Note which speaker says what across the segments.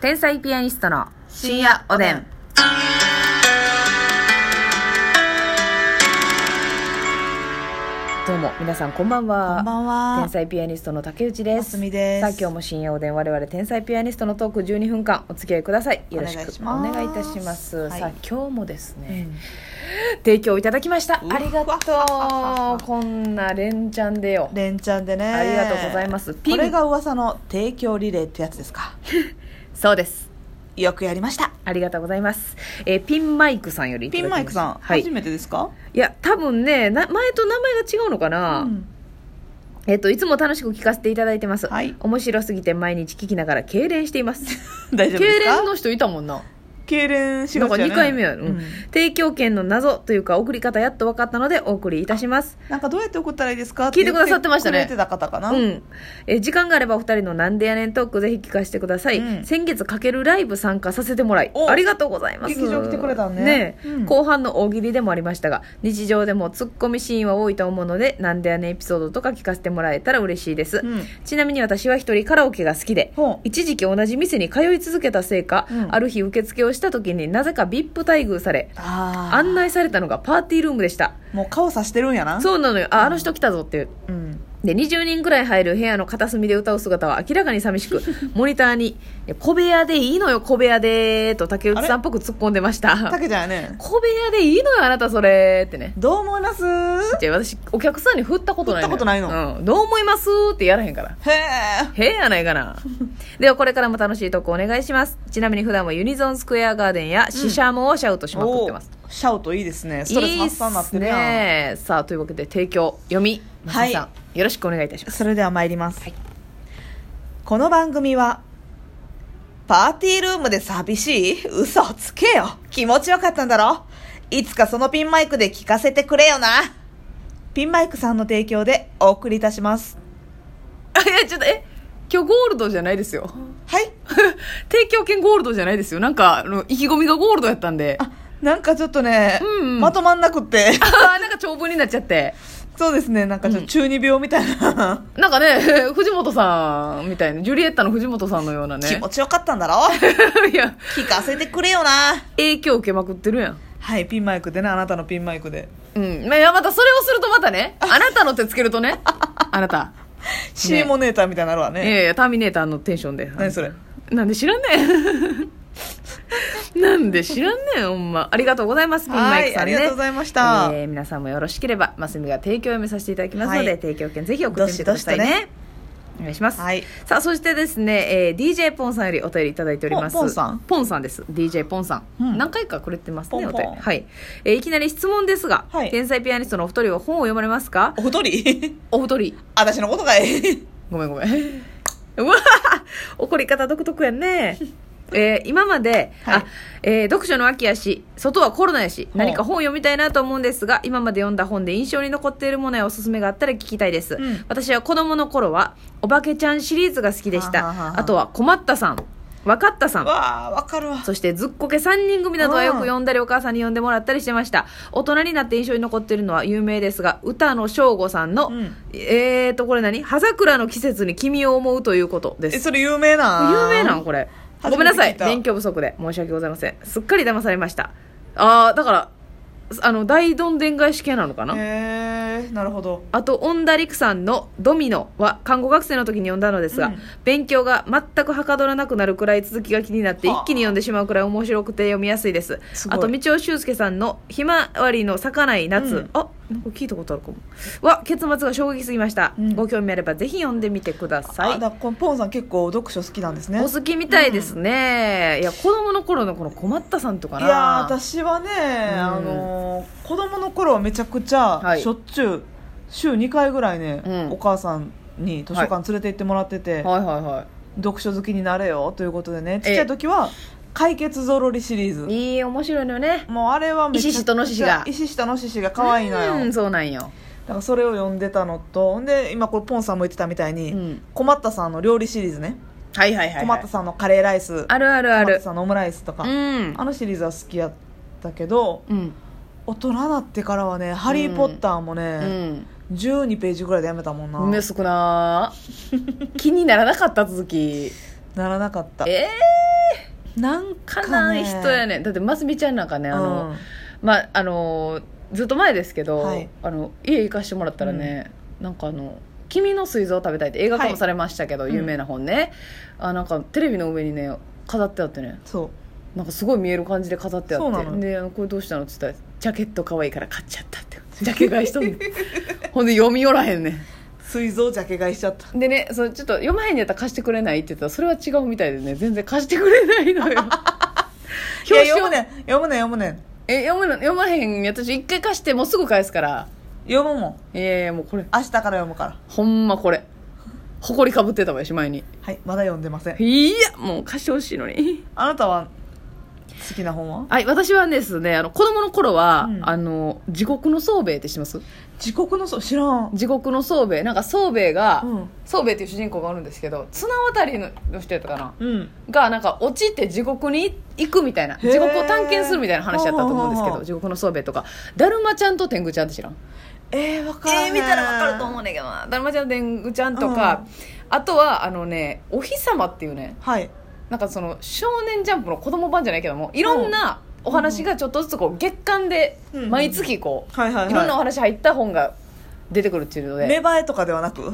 Speaker 1: 天才ピアニストの
Speaker 2: 深夜おでん。
Speaker 1: どうも皆さんこんばんは
Speaker 2: こんばんは
Speaker 1: 天才ピアニストの竹内です
Speaker 2: ますみです
Speaker 1: さあ今日も深夜おでん我々天才ピアニストのトーク12分間お付き合いくださいよろしく
Speaker 2: お願いし
Speaker 1: お
Speaker 2: ます
Speaker 1: 願いいたします、
Speaker 2: はい
Speaker 1: さあ今日もですね、提供いただきました
Speaker 2: うわ
Speaker 1: ありがとう こんな連チャンでよ
Speaker 2: レンちゃんでね。
Speaker 1: ありがとうございますピン
Speaker 2: これが噂の提供リレーってやつですか。
Speaker 1: そうです
Speaker 2: よくやりました。
Speaker 1: ありがとうございます、えーピンマイクさんよりいた
Speaker 2: ピ
Speaker 1: だ
Speaker 2: ン
Speaker 1: きま
Speaker 2: マ
Speaker 1: した
Speaker 2: イクさん、
Speaker 1: はい
Speaker 2: 初めてですか
Speaker 1: いや多分ねな前と名前が違うのかな、
Speaker 2: うん
Speaker 1: えっと、いつも楽しく聞かせていただいてます。
Speaker 2: はい
Speaker 1: 面白すぎて毎日聞きながら痙攣しています。
Speaker 2: 大丈
Speaker 1: 痙
Speaker 2: 夫です
Speaker 1: 攣
Speaker 2: か
Speaker 1: の人いたもんな。
Speaker 2: 痙攣し
Speaker 1: な
Speaker 2: が
Speaker 1: んか
Speaker 2: ちやね
Speaker 1: 2回目やろ、
Speaker 2: う
Speaker 1: うん
Speaker 2: ん
Speaker 1: 提供権の謎というか送り方やっと分かったのでお送りいたします。
Speaker 2: なんかどうやって送ったらいいですか
Speaker 1: 聞いてくださってましたね
Speaker 2: 言ってくれてた方かな。
Speaker 1: うん、え時間があればお二人の「なんでやねん」トークぜひ聞かせてください、
Speaker 2: うん
Speaker 1: 先月かけるライブ参加させてもらい
Speaker 2: お
Speaker 1: ありがとうございます
Speaker 2: 劇場来てくれたんね
Speaker 1: え
Speaker 2: うん
Speaker 1: 後半の大喜利でもありましたが日常でもツッコミシーンは多いと思うので「なんでやねん」エピソードとか聞かせてもらえたら嬉しいです、
Speaker 2: うん
Speaker 1: ちなみに私は一人カラオケが好きで
Speaker 2: ほう
Speaker 1: 一時期同じ店に通い続けたせいか、
Speaker 2: うん
Speaker 1: ある日受付をした時になぜか VIP 待遇され
Speaker 2: ああ。
Speaker 1: 案内されたのがパーティールームでした
Speaker 2: もう顔さしてるんやな。
Speaker 1: そうなのよああの人来たぞっていう
Speaker 2: うん。
Speaker 1: で20人くらい入る部屋の片隅で歌う姿は明らかに寂し くモニターにいや「小部屋でいいのよ小部屋で」と竹内さんっぽく突っ込んでました。
Speaker 2: たけちゃんやね
Speaker 1: 小部屋でいいのよあなたそれってね
Speaker 2: どう思います
Speaker 1: じゃあ私お客さんに振ったことないよ
Speaker 2: 振ったことないの
Speaker 1: うん、どう思いますってやらへんから
Speaker 2: へえ。
Speaker 1: へえやないか なではこれからも楽しいトークお願いしますちなみに普段はユニゾンスクエアガーデンやシシャモをシャウトしまくってます、
Speaker 2: おーシャウトいいですね。ストレス
Speaker 1: いいっ
Speaker 2: 発散になっ
Speaker 1: す
Speaker 2: てるやん。
Speaker 1: ねさあというわけで提供読み
Speaker 2: は
Speaker 1: 松
Speaker 2: い
Speaker 1: 井さん、よろしくお願いいたします
Speaker 2: それでは参ります、
Speaker 1: はい
Speaker 2: この番組はパーティールームで寂しい嘘をつけよ気持ちよかったんだろいつかそのピンマイクで聞かせてくれよなピンマイクさんの提供でお送りいたします
Speaker 1: あいやちょっとえ今日ゴールドじゃないですよ
Speaker 2: はい
Speaker 1: 提供権ゴールドじゃないですよなんかあの意気込みがゴールドやったんで
Speaker 2: あなんかちょっとね、
Speaker 1: うんうん
Speaker 2: まとまんなくって
Speaker 1: あーなんか長文になっちゃって
Speaker 2: そうですねなんかちょっと中二病みたいな、
Speaker 1: なんかね 藤本さんみたいなジュリエッタの藤本さんのようなね
Speaker 2: 気持ちよかったんだろ
Speaker 1: いや
Speaker 2: 聞かせてくれよな
Speaker 1: 影響受けまくってるやん
Speaker 2: はいピンマイクでねあなたのピンマイクで
Speaker 1: うんまあいやまたそれをするとまたねあなたのってつけると ねあなた
Speaker 2: シーモネーターみたいになるわ
Speaker 1: い
Speaker 2: ね
Speaker 1: やいやターミネーターのテンションで
Speaker 2: 何それ
Speaker 1: なんで知らんねんなんで知らんねんほんまありがとうございますピンマイクさんね
Speaker 2: はいありがとうございました
Speaker 1: えー皆さんもよろしければマスミが提供読みさせていただきますので、
Speaker 2: はい
Speaker 1: 提供券ぜひ送ってみてくださいね
Speaker 2: どしどしと
Speaker 1: お願いします、
Speaker 2: はい
Speaker 1: さあそしてですね、えー DJ ポンさんよりお便りいただいております
Speaker 2: ポンポンさん
Speaker 1: ポンさんです DJ ポンさん、
Speaker 2: うん
Speaker 1: 何回かくれてますね
Speaker 2: ポンポン
Speaker 1: お便りはい、えーいきなり質問ですが、
Speaker 2: はい
Speaker 1: 天才ピアニストのお二人は本を読まれますか
Speaker 2: おとり
Speaker 1: お二人
Speaker 2: 私のこと かい
Speaker 1: ごめんごめん。 うわ怒り方独特やん ね。えー今まで、
Speaker 2: はい
Speaker 1: あえー読書の秋やし外はコロナやし
Speaker 2: ほう
Speaker 1: 何か本を読みたいなと思うんですが今まで読んだ本で印象に残っているものやおすすめがあったら聞きたいです、
Speaker 2: うん
Speaker 1: 私は子どもの頃は「おばけちゃん」シリーズが好きでした
Speaker 2: はあはあはあ
Speaker 1: あとは「困ったさん」「わかったさん」
Speaker 2: わあわかるわ
Speaker 1: そしてずっこけ3人組などはよく呼んだりお母さんに呼んでもらったりしてました大人になって印象に残っているのは有名ですが歌の翔吾さんの、
Speaker 2: うん
Speaker 1: えーとこれ何「葉桜の季節に君を思う」ということで
Speaker 2: え
Speaker 1: す
Speaker 2: それ有名
Speaker 1: 有
Speaker 2: な
Speaker 1: 名なんこれ
Speaker 2: 初めて聞いた
Speaker 1: ごめんなさい勉強不足で申し訳ございませんすっかり騙されましたあーだからあの大どんでん返し系なのかな、
Speaker 2: へえなるほど
Speaker 1: あと、オンダリクさんのドミノは看護学生の時に読んだのですが、
Speaker 2: うん
Speaker 1: 勉強が全くはかどらなくなるくらい続きが気になって、
Speaker 2: はあ
Speaker 1: 一気に読んでしまうくらい面白くて読みやすいです。
Speaker 2: すごい
Speaker 1: あと、道尾修介さんのひまわりの咲かない夏、
Speaker 2: うん
Speaker 1: あ、なんか聞いたことあるかも。は、結末が衝撃すぎました。
Speaker 2: うん
Speaker 1: ご興味あればぜひ読んでみてくだ
Speaker 2: あ
Speaker 1: さい。
Speaker 2: だからこのポンさん結構読書好きなんですね
Speaker 1: お好きみたいですね。いや、子供の頃のこの困ったさんとか
Speaker 2: い
Speaker 1: な。
Speaker 2: やー私はね、
Speaker 1: ん
Speaker 2: あのー子供の頃はめちゃくちゃ
Speaker 1: はい
Speaker 2: しょっちゅう週2回ぐらいね、
Speaker 1: うん
Speaker 2: お母さんに図書館連れて行ってもらってて、
Speaker 1: はいはいは
Speaker 2: 読書好きになれよということでね
Speaker 1: え
Speaker 2: ちっちゃい時は解決ぞろりシリーズ
Speaker 1: い。いい、面白いのよね。
Speaker 2: もうあれはめちゃくち
Speaker 1: 石
Speaker 2: ゃ
Speaker 1: 子とのししが
Speaker 2: 石子とのししが可愛いのよ、
Speaker 1: うん、そうなんよ。
Speaker 2: だからそれを読んでたのとほんで今これポンさんも言ってたみたいに、
Speaker 1: うん
Speaker 2: 困ったさんの料理シリーズね、
Speaker 1: はいはいはい、はい。
Speaker 2: 困ったさんのカレーライス
Speaker 1: あるあるあ
Speaker 2: 困った
Speaker 1: る。
Speaker 2: さんのオムライスとか、
Speaker 1: うん
Speaker 2: あ。のシリーズは好きやったけど
Speaker 1: うん。
Speaker 2: 大人になってからはね「ハリー・ポッター」も
Speaker 1: う
Speaker 2: ね、
Speaker 1: ん。
Speaker 2: 12ページぐらいでやめたもんな、
Speaker 1: 目少 なー気にならなかった続き
Speaker 2: ならなかった
Speaker 1: ええなんかない人やねんだってますみちゃんなんかねあの、
Speaker 2: うん
Speaker 1: まああのずっと前ですけど、
Speaker 2: はい
Speaker 1: あの家行かしてもらったらね、なんかあの「君の膵臓を食べたい」って映画化もされましたけど、
Speaker 2: はい
Speaker 1: 有名な本ね、あなんかテレビの上にね飾ってあってね
Speaker 2: そう
Speaker 1: なんかすごい見える感じで飾ってあ
Speaker 2: そう
Speaker 1: っ
Speaker 2: な
Speaker 1: て
Speaker 2: の
Speaker 1: であのこれどうしたのって言ったら「ジャケット可愛いから買っちゃった」ってジャケ買いしとんねんほんで読み寄らへんねん
Speaker 2: 膵臓ジャケ買いしちゃった
Speaker 1: でねそのちょっと読まへんのやったら貸してくれないって言ったらそれは違うみたいでね全然貸してくれないの よ表紙
Speaker 2: いや読
Speaker 1: を
Speaker 2: むねん読むねん読むねん
Speaker 1: え読むの読まへんやつ一回貸してもうすぐ返すから
Speaker 2: 読むもん
Speaker 1: いやいやもうこれ
Speaker 2: 明日から読むから
Speaker 1: ほんまこれほこりかぶってたわよしまいに
Speaker 2: はいまだ読んでません
Speaker 1: いやもう貸してほしいのに
Speaker 2: あなたは好きな本は
Speaker 1: はい私はですねあの子供の頃は、
Speaker 2: うん
Speaker 1: あの地獄の宗兵衛って知ってます
Speaker 2: 地獄のそう知らん
Speaker 1: 地獄の宗兵衛なんか宗兵衛が、
Speaker 2: うん
Speaker 1: 宗兵衛っていう主人公がおるんですけど綱渡りの人やったかな
Speaker 2: うん
Speaker 1: がなんか落ちて地獄に行くみたいな
Speaker 2: へー
Speaker 1: 地獄を探検するみたいな話だったと思うんですけ
Speaker 2: ほうほうほ
Speaker 1: ど
Speaker 2: う
Speaker 1: 地獄の宗兵衛とかだるまちゃんと天狗ちゃんって知らん
Speaker 2: えー、分からへ
Speaker 1: え
Speaker 2: ん
Speaker 1: ー、見たらわかると思うねんけどなだるまちゃんと天狗ちゃんとか、
Speaker 2: う
Speaker 1: あとはあのねお日様っていうね
Speaker 2: はい
Speaker 1: なんかその少年ジャンプの子供版じゃないけどもいろんなお話がちょっとずつこう月間で
Speaker 2: うん
Speaker 1: 毎月こう、
Speaker 2: はいはいはい
Speaker 1: いろんなお話入った本が出てくるっていうの
Speaker 2: 芽
Speaker 1: で
Speaker 2: 生えとかではなく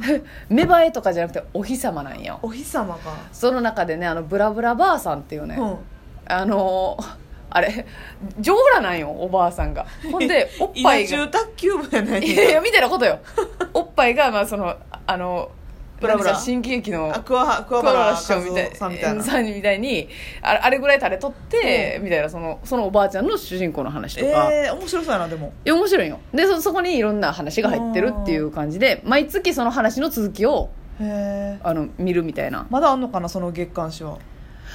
Speaker 1: 芽生えとかじゃなくてお日様なんよ
Speaker 2: お日様か、
Speaker 1: その中でねあのブラブラばあさんっていうね、
Speaker 2: うん
Speaker 1: あのーあれ上ラなんよおばあさんがほん でおっぱい
Speaker 2: 稲
Speaker 1: が
Speaker 2: 中卓球部やない
Speaker 1: いやいやみたいな ことよおっぱいがまあそのああの
Speaker 2: ブラブ
Speaker 1: な
Speaker 2: ラ
Speaker 1: んか新喜劇の
Speaker 2: アクアクア
Speaker 1: コ
Speaker 2: バ
Speaker 1: ロ
Speaker 2: ラ
Speaker 1: ラ
Speaker 2: 和
Speaker 1: 師匠みた
Speaker 2: 夫
Speaker 1: い
Speaker 2: さんみたいな
Speaker 1: さんみたいにあれあれぐらいタレ取って、みたいなそのそのおばあちゃんの主人公の話とか、
Speaker 2: えー、面白そうやなでも
Speaker 1: いや面白いよでそそこにいろんな話が入ってるっていう感じで毎月その話の続きを
Speaker 2: へえ
Speaker 1: あの見るみたいな
Speaker 2: まだあんのかなその月刊誌は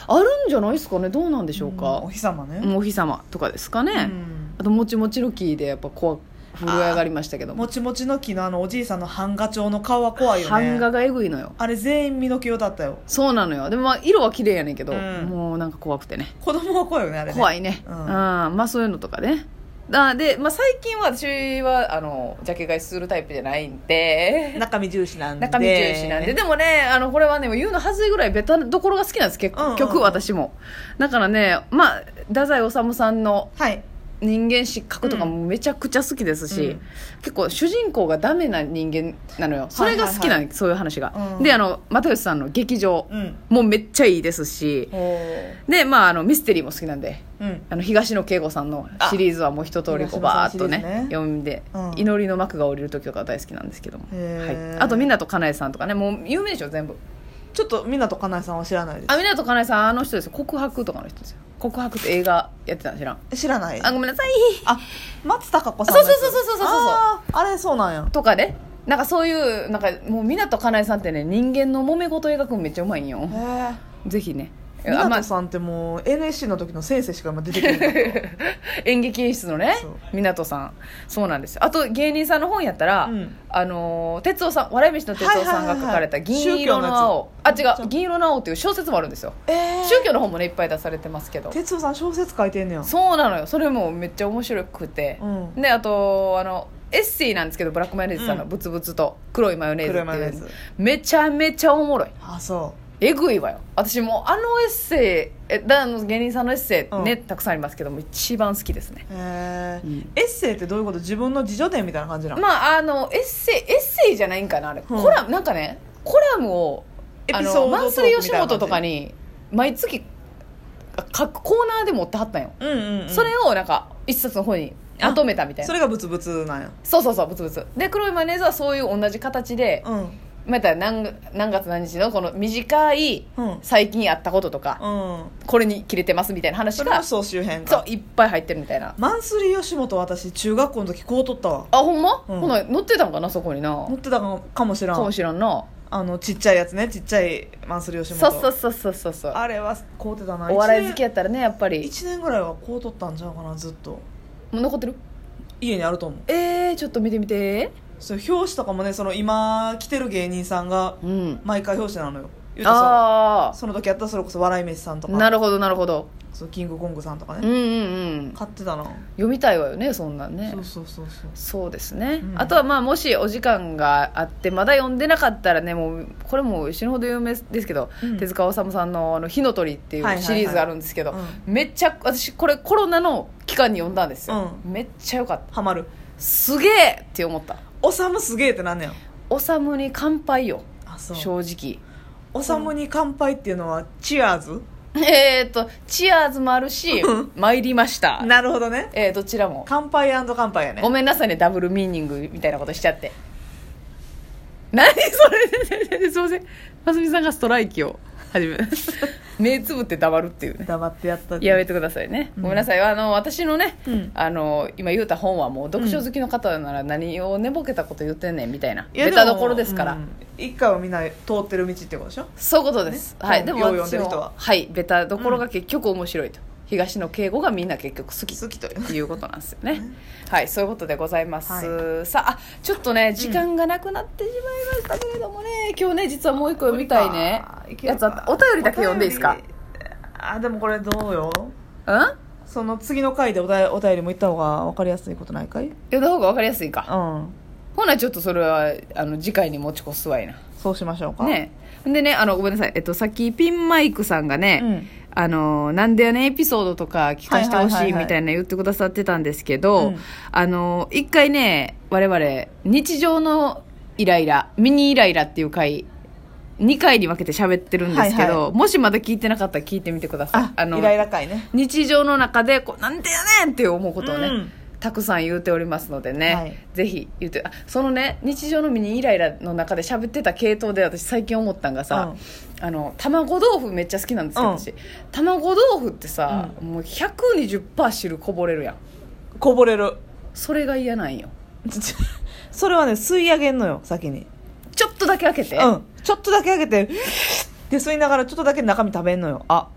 Speaker 1: あるんじゃないですかねどうなんでしょう
Speaker 2: うん
Speaker 1: か
Speaker 2: お、日様ね、
Speaker 1: お日様とかですかね、
Speaker 2: うん
Speaker 1: あともちもちの木でやっぱ怖く震え上がりましたけども
Speaker 2: もちもちの木のあのおじいさんの版画帳の顔は怖いよね
Speaker 1: 版画がえぐいのよ
Speaker 2: あれ全員身の毛用だったよ
Speaker 1: そうなのよでもまあ色は綺麗やねんけど、
Speaker 2: うん
Speaker 1: もうなんか怖くてね
Speaker 2: 子供は怖いよねあれね
Speaker 1: 怖
Speaker 2: い
Speaker 1: いね、
Speaker 2: う
Speaker 1: うんんまあそういうのとかねあで、まあ、最近は私はあのジャケ買いするタイプじゃないんで
Speaker 2: 中身重視なんで
Speaker 1: 中身重視なんででもねあのこれはね言うのはずいぐらいベタどころが好きなんです結
Speaker 2: うんうん
Speaker 1: 局私も、だからねまあ太宰治さんの
Speaker 2: はい
Speaker 1: 人間失格とかもめちゃくちゃ好きですし、
Speaker 2: うん
Speaker 1: 結構主人公がダメな人間なのよそれが好きなの、
Speaker 2: はい
Speaker 1: そういう話が、
Speaker 2: うん
Speaker 1: であの又吉さんの劇場
Speaker 2: うん
Speaker 1: もめっちゃいいですし、
Speaker 2: おー
Speaker 1: でまああのミステリーも好きなんで
Speaker 2: うん
Speaker 1: あの東野圭吾さんのシリーズはもう一通りこう
Speaker 2: あ
Speaker 1: バーっとね
Speaker 2: 東野さんシリーズね
Speaker 1: 読んで、
Speaker 2: うん
Speaker 1: 祈りの幕が降りる時とか大好きなんですけども、
Speaker 2: へー
Speaker 1: はい、あと湊かなえさんとかねもう有名でしょ全部
Speaker 2: ちょっと湊かなえさんは知らないで
Speaker 1: あ湊かなえさんあの人ですよ告白とかの人ですよ告白って映画やってたの知らん
Speaker 2: す知らない
Speaker 1: あごめんなさい
Speaker 2: あ松たか子さんのやつ
Speaker 1: そうそうそうそうそうそうそう
Speaker 2: あーあれそうなんや
Speaker 1: とかねなんかそういうなんかもう湊かなえさんってね人間の揉め事描くのめっちゃうまいんよ
Speaker 2: へえ
Speaker 1: ぜひねあ
Speaker 2: 湊
Speaker 1: まあ
Speaker 2: さんってもう NSC の時の先生しか今出てくるない
Speaker 1: 演劇演出のね
Speaker 2: そう
Speaker 1: 湊さんそうなんですよあと芸人さんの本やったら、
Speaker 2: うん
Speaker 1: あのー哲夫さん笑い飯の哲夫さんが書かれた「
Speaker 2: はいはいはいはい
Speaker 1: 銀色の青」あ
Speaker 2: 宗教のやつ
Speaker 1: 違う「銀色の青」っていう小説もあるんですよ
Speaker 2: え
Speaker 1: 宗教の本もねいっぱい出されてますけど
Speaker 2: 哲夫さん小説書いてんねや
Speaker 1: そうなのよそれもめっちゃ面白くて、
Speaker 2: うん
Speaker 1: であとあのエッセイなんですけどブラックマヨネーズさんの「
Speaker 2: う
Speaker 1: ブツブツと黒いマヨネーズ」って
Speaker 2: 黒いマヨネ
Speaker 1: い
Speaker 2: ー
Speaker 1: う
Speaker 2: ズ
Speaker 1: めちゃめちゃおもろい
Speaker 2: あそ
Speaker 1: えぐいわよ私もうあのエッセイえだあの芸人さんのエッセイね、
Speaker 2: うん
Speaker 1: たくさんありますけども一番好きですね
Speaker 2: うへえ、
Speaker 1: うん
Speaker 2: エッセイってどういうこと自分の自叙伝みたいな感じなの、
Speaker 1: まああのエッセイエッセイじゃないんかなあれ、
Speaker 2: うん
Speaker 1: コラムなんかねコラムをあ
Speaker 2: エピ
Speaker 1: の
Speaker 2: ソード
Speaker 1: マンスリー
Speaker 2: トークみ
Speaker 1: 吉
Speaker 2: たいな感じ
Speaker 1: 本とかに毎月各コーナーで持ってはったんよ、
Speaker 2: うんうん、うん、
Speaker 1: それをなんか一冊の本にまとめたみたい
Speaker 2: そ
Speaker 1: な
Speaker 2: れがブツブツなんや
Speaker 1: そうそうそうブツブツで黒いマヨネーズはそういう同じ形で、
Speaker 2: うんうん
Speaker 1: また何何月何日のこの短い
Speaker 2: うん
Speaker 1: 最近あったこととか、これに切れてますみたいな話
Speaker 2: それが
Speaker 1: が
Speaker 2: 総集編か
Speaker 1: そういっぱい入ってるみたいな
Speaker 2: マンスリー吉本私中学校の時こう取ったわ
Speaker 1: あほんま、
Speaker 2: うん
Speaker 1: ほな乗ってたんかなそこにな
Speaker 2: 持ってたかもしら
Speaker 1: かも
Speaker 2: ん
Speaker 1: しらんな
Speaker 2: あのちっちゃいやつねちっちゃいマンスリー吉
Speaker 1: そ
Speaker 2: 本
Speaker 1: うそうそうそうそうそう
Speaker 2: あれはこうてたな
Speaker 1: お笑い好き
Speaker 2: や
Speaker 1: やったらねやっぱり
Speaker 2: 1年ぐらいはこう取ったんちゃうかなずっと
Speaker 1: もう残ってる
Speaker 2: 家にあると思う
Speaker 1: えー、ちょっと見てみて
Speaker 2: そう表紙とかもねその今来てる芸人さんが
Speaker 1: うん
Speaker 2: 毎回表紙なのよ言うとさ
Speaker 1: あ
Speaker 2: その時やったらそれこそ笑い飯さんと
Speaker 1: あ
Speaker 2: か
Speaker 1: なるほどなるほど
Speaker 2: そうキングコングさんとか
Speaker 1: うん
Speaker 2: ね、
Speaker 1: うんうん
Speaker 2: 買ってたな、
Speaker 1: 読みたいわよねそんなんね
Speaker 2: そうそうそうそう
Speaker 1: そうですね、
Speaker 2: うん
Speaker 1: あとはまあもしお時間があってまだ読んでなかったらねもうこれも死ぬほど有名ですけど、
Speaker 2: うん
Speaker 1: 手塚治虫さんの「あの火の鳥」ってい
Speaker 2: はいは
Speaker 1: う
Speaker 2: い
Speaker 1: シリーズがあるんですけど、
Speaker 2: う
Speaker 1: めっちゃ私これコロナの期間に読んだんですよ、めっちゃ良かった
Speaker 2: ハマる
Speaker 1: すげえって思った
Speaker 2: おさむすげえってなんねや
Speaker 1: おさむに乾杯よ
Speaker 2: あそう
Speaker 1: 正直
Speaker 2: おさむに乾杯っていうのはチアーズ
Speaker 1: えーっと「チアーズ」もあるし
Speaker 2: うん
Speaker 1: 「参りました
Speaker 2: なるほどね」
Speaker 1: えーどちらも
Speaker 2: 乾杯乾杯やね
Speaker 1: ごめんなさいねダブルミーニングみたいなことしちゃって何それすいませんますみさんがストライキを始め目つぶって黙るっていうね
Speaker 2: 黙ってやったって
Speaker 1: やめてくださいね、
Speaker 2: うん
Speaker 1: ごめんなさいあの私のね、
Speaker 2: うん
Speaker 1: あの今言うた本はもう読書好きの方なら何を寝ぼけたこと言ってんねんみたいない
Speaker 2: や
Speaker 1: ベタどころですから、
Speaker 2: うん一回はみんな通ってる道ってことでしょ
Speaker 1: そういうことです、
Speaker 2: ね
Speaker 1: はい
Speaker 2: 本
Speaker 1: でも
Speaker 2: よう読ん
Speaker 1: 私
Speaker 2: でる人
Speaker 1: も
Speaker 2: は
Speaker 1: はいベタどころが結局面白いと、東野敬吾がみんな結局好き
Speaker 2: 好きという
Speaker 1: っていうことなんですよね。はい、そういうことでございます。
Speaker 2: は
Speaker 1: さあ、あちょっとね、時間がなくなってしまいましたけれどもね、今日ね、実はもう一個読みたいね
Speaker 2: あ。ーいけ
Speaker 1: や
Speaker 2: るか
Speaker 1: つあった。お便りだけ読んでいいですか
Speaker 2: お。便りあでもこれどうよ
Speaker 1: うん。
Speaker 2: その次の回でおだお便りも言った方が分かりやすいことないかいうん
Speaker 1: 読んだ方がわかりやすいか。ほな、ちょっとそれは、あの、次回に持ち越すわいな。
Speaker 2: そうしましょうか
Speaker 1: ね。でね、あの、ごめんなさい。えっと、さっきピンマイクさんがね。
Speaker 2: うん
Speaker 1: あのなんでやねんエピソードとか聞かせてほ
Speaker 2: はいはいは
Speaker 1: し
Speaker 2: い
Speaker 1: い
Speaker 2: はい
Speaker 1: みたいな言ってくださってたんですけど、
Speaker 2: うん
Speaker 1: あの一回ね我々日常のイライラミニイライラっていう回2回に分けて喋ってるんですけど、
Speaker 2: はい
Speaker 1: もしまだ聞いてなかったら聞いてみてください
Speaker 2: あイライラ回ね
Speaker 1: 日常の中でこうなんでやねんって思うことをね、
Speaker 2: うん
Speaker 1: たくさん言うておりますのでね、
Speaker 2: はい
Speaker 1: ぜひ言うてあそのね日常のミニイライラの中で喋ってた系統で私最近思ったんがさ、あの卵豆腐めっちゃ好きなんですよ、
Speaker 2: うん
Speaker 1: 私卵豆腐ってさ、もう120%汁こぼれるやん
Speaker 2: こぼれる
Speaker 1: それが嫌なんよ
Speaker 2: それはね吸い上げんのよ先に
Speaker 1: ちょっとだけ開けて、
Speaker 2: うんちょっとだけ上げてって吸いながらちょっとだけ中身食べんのよあ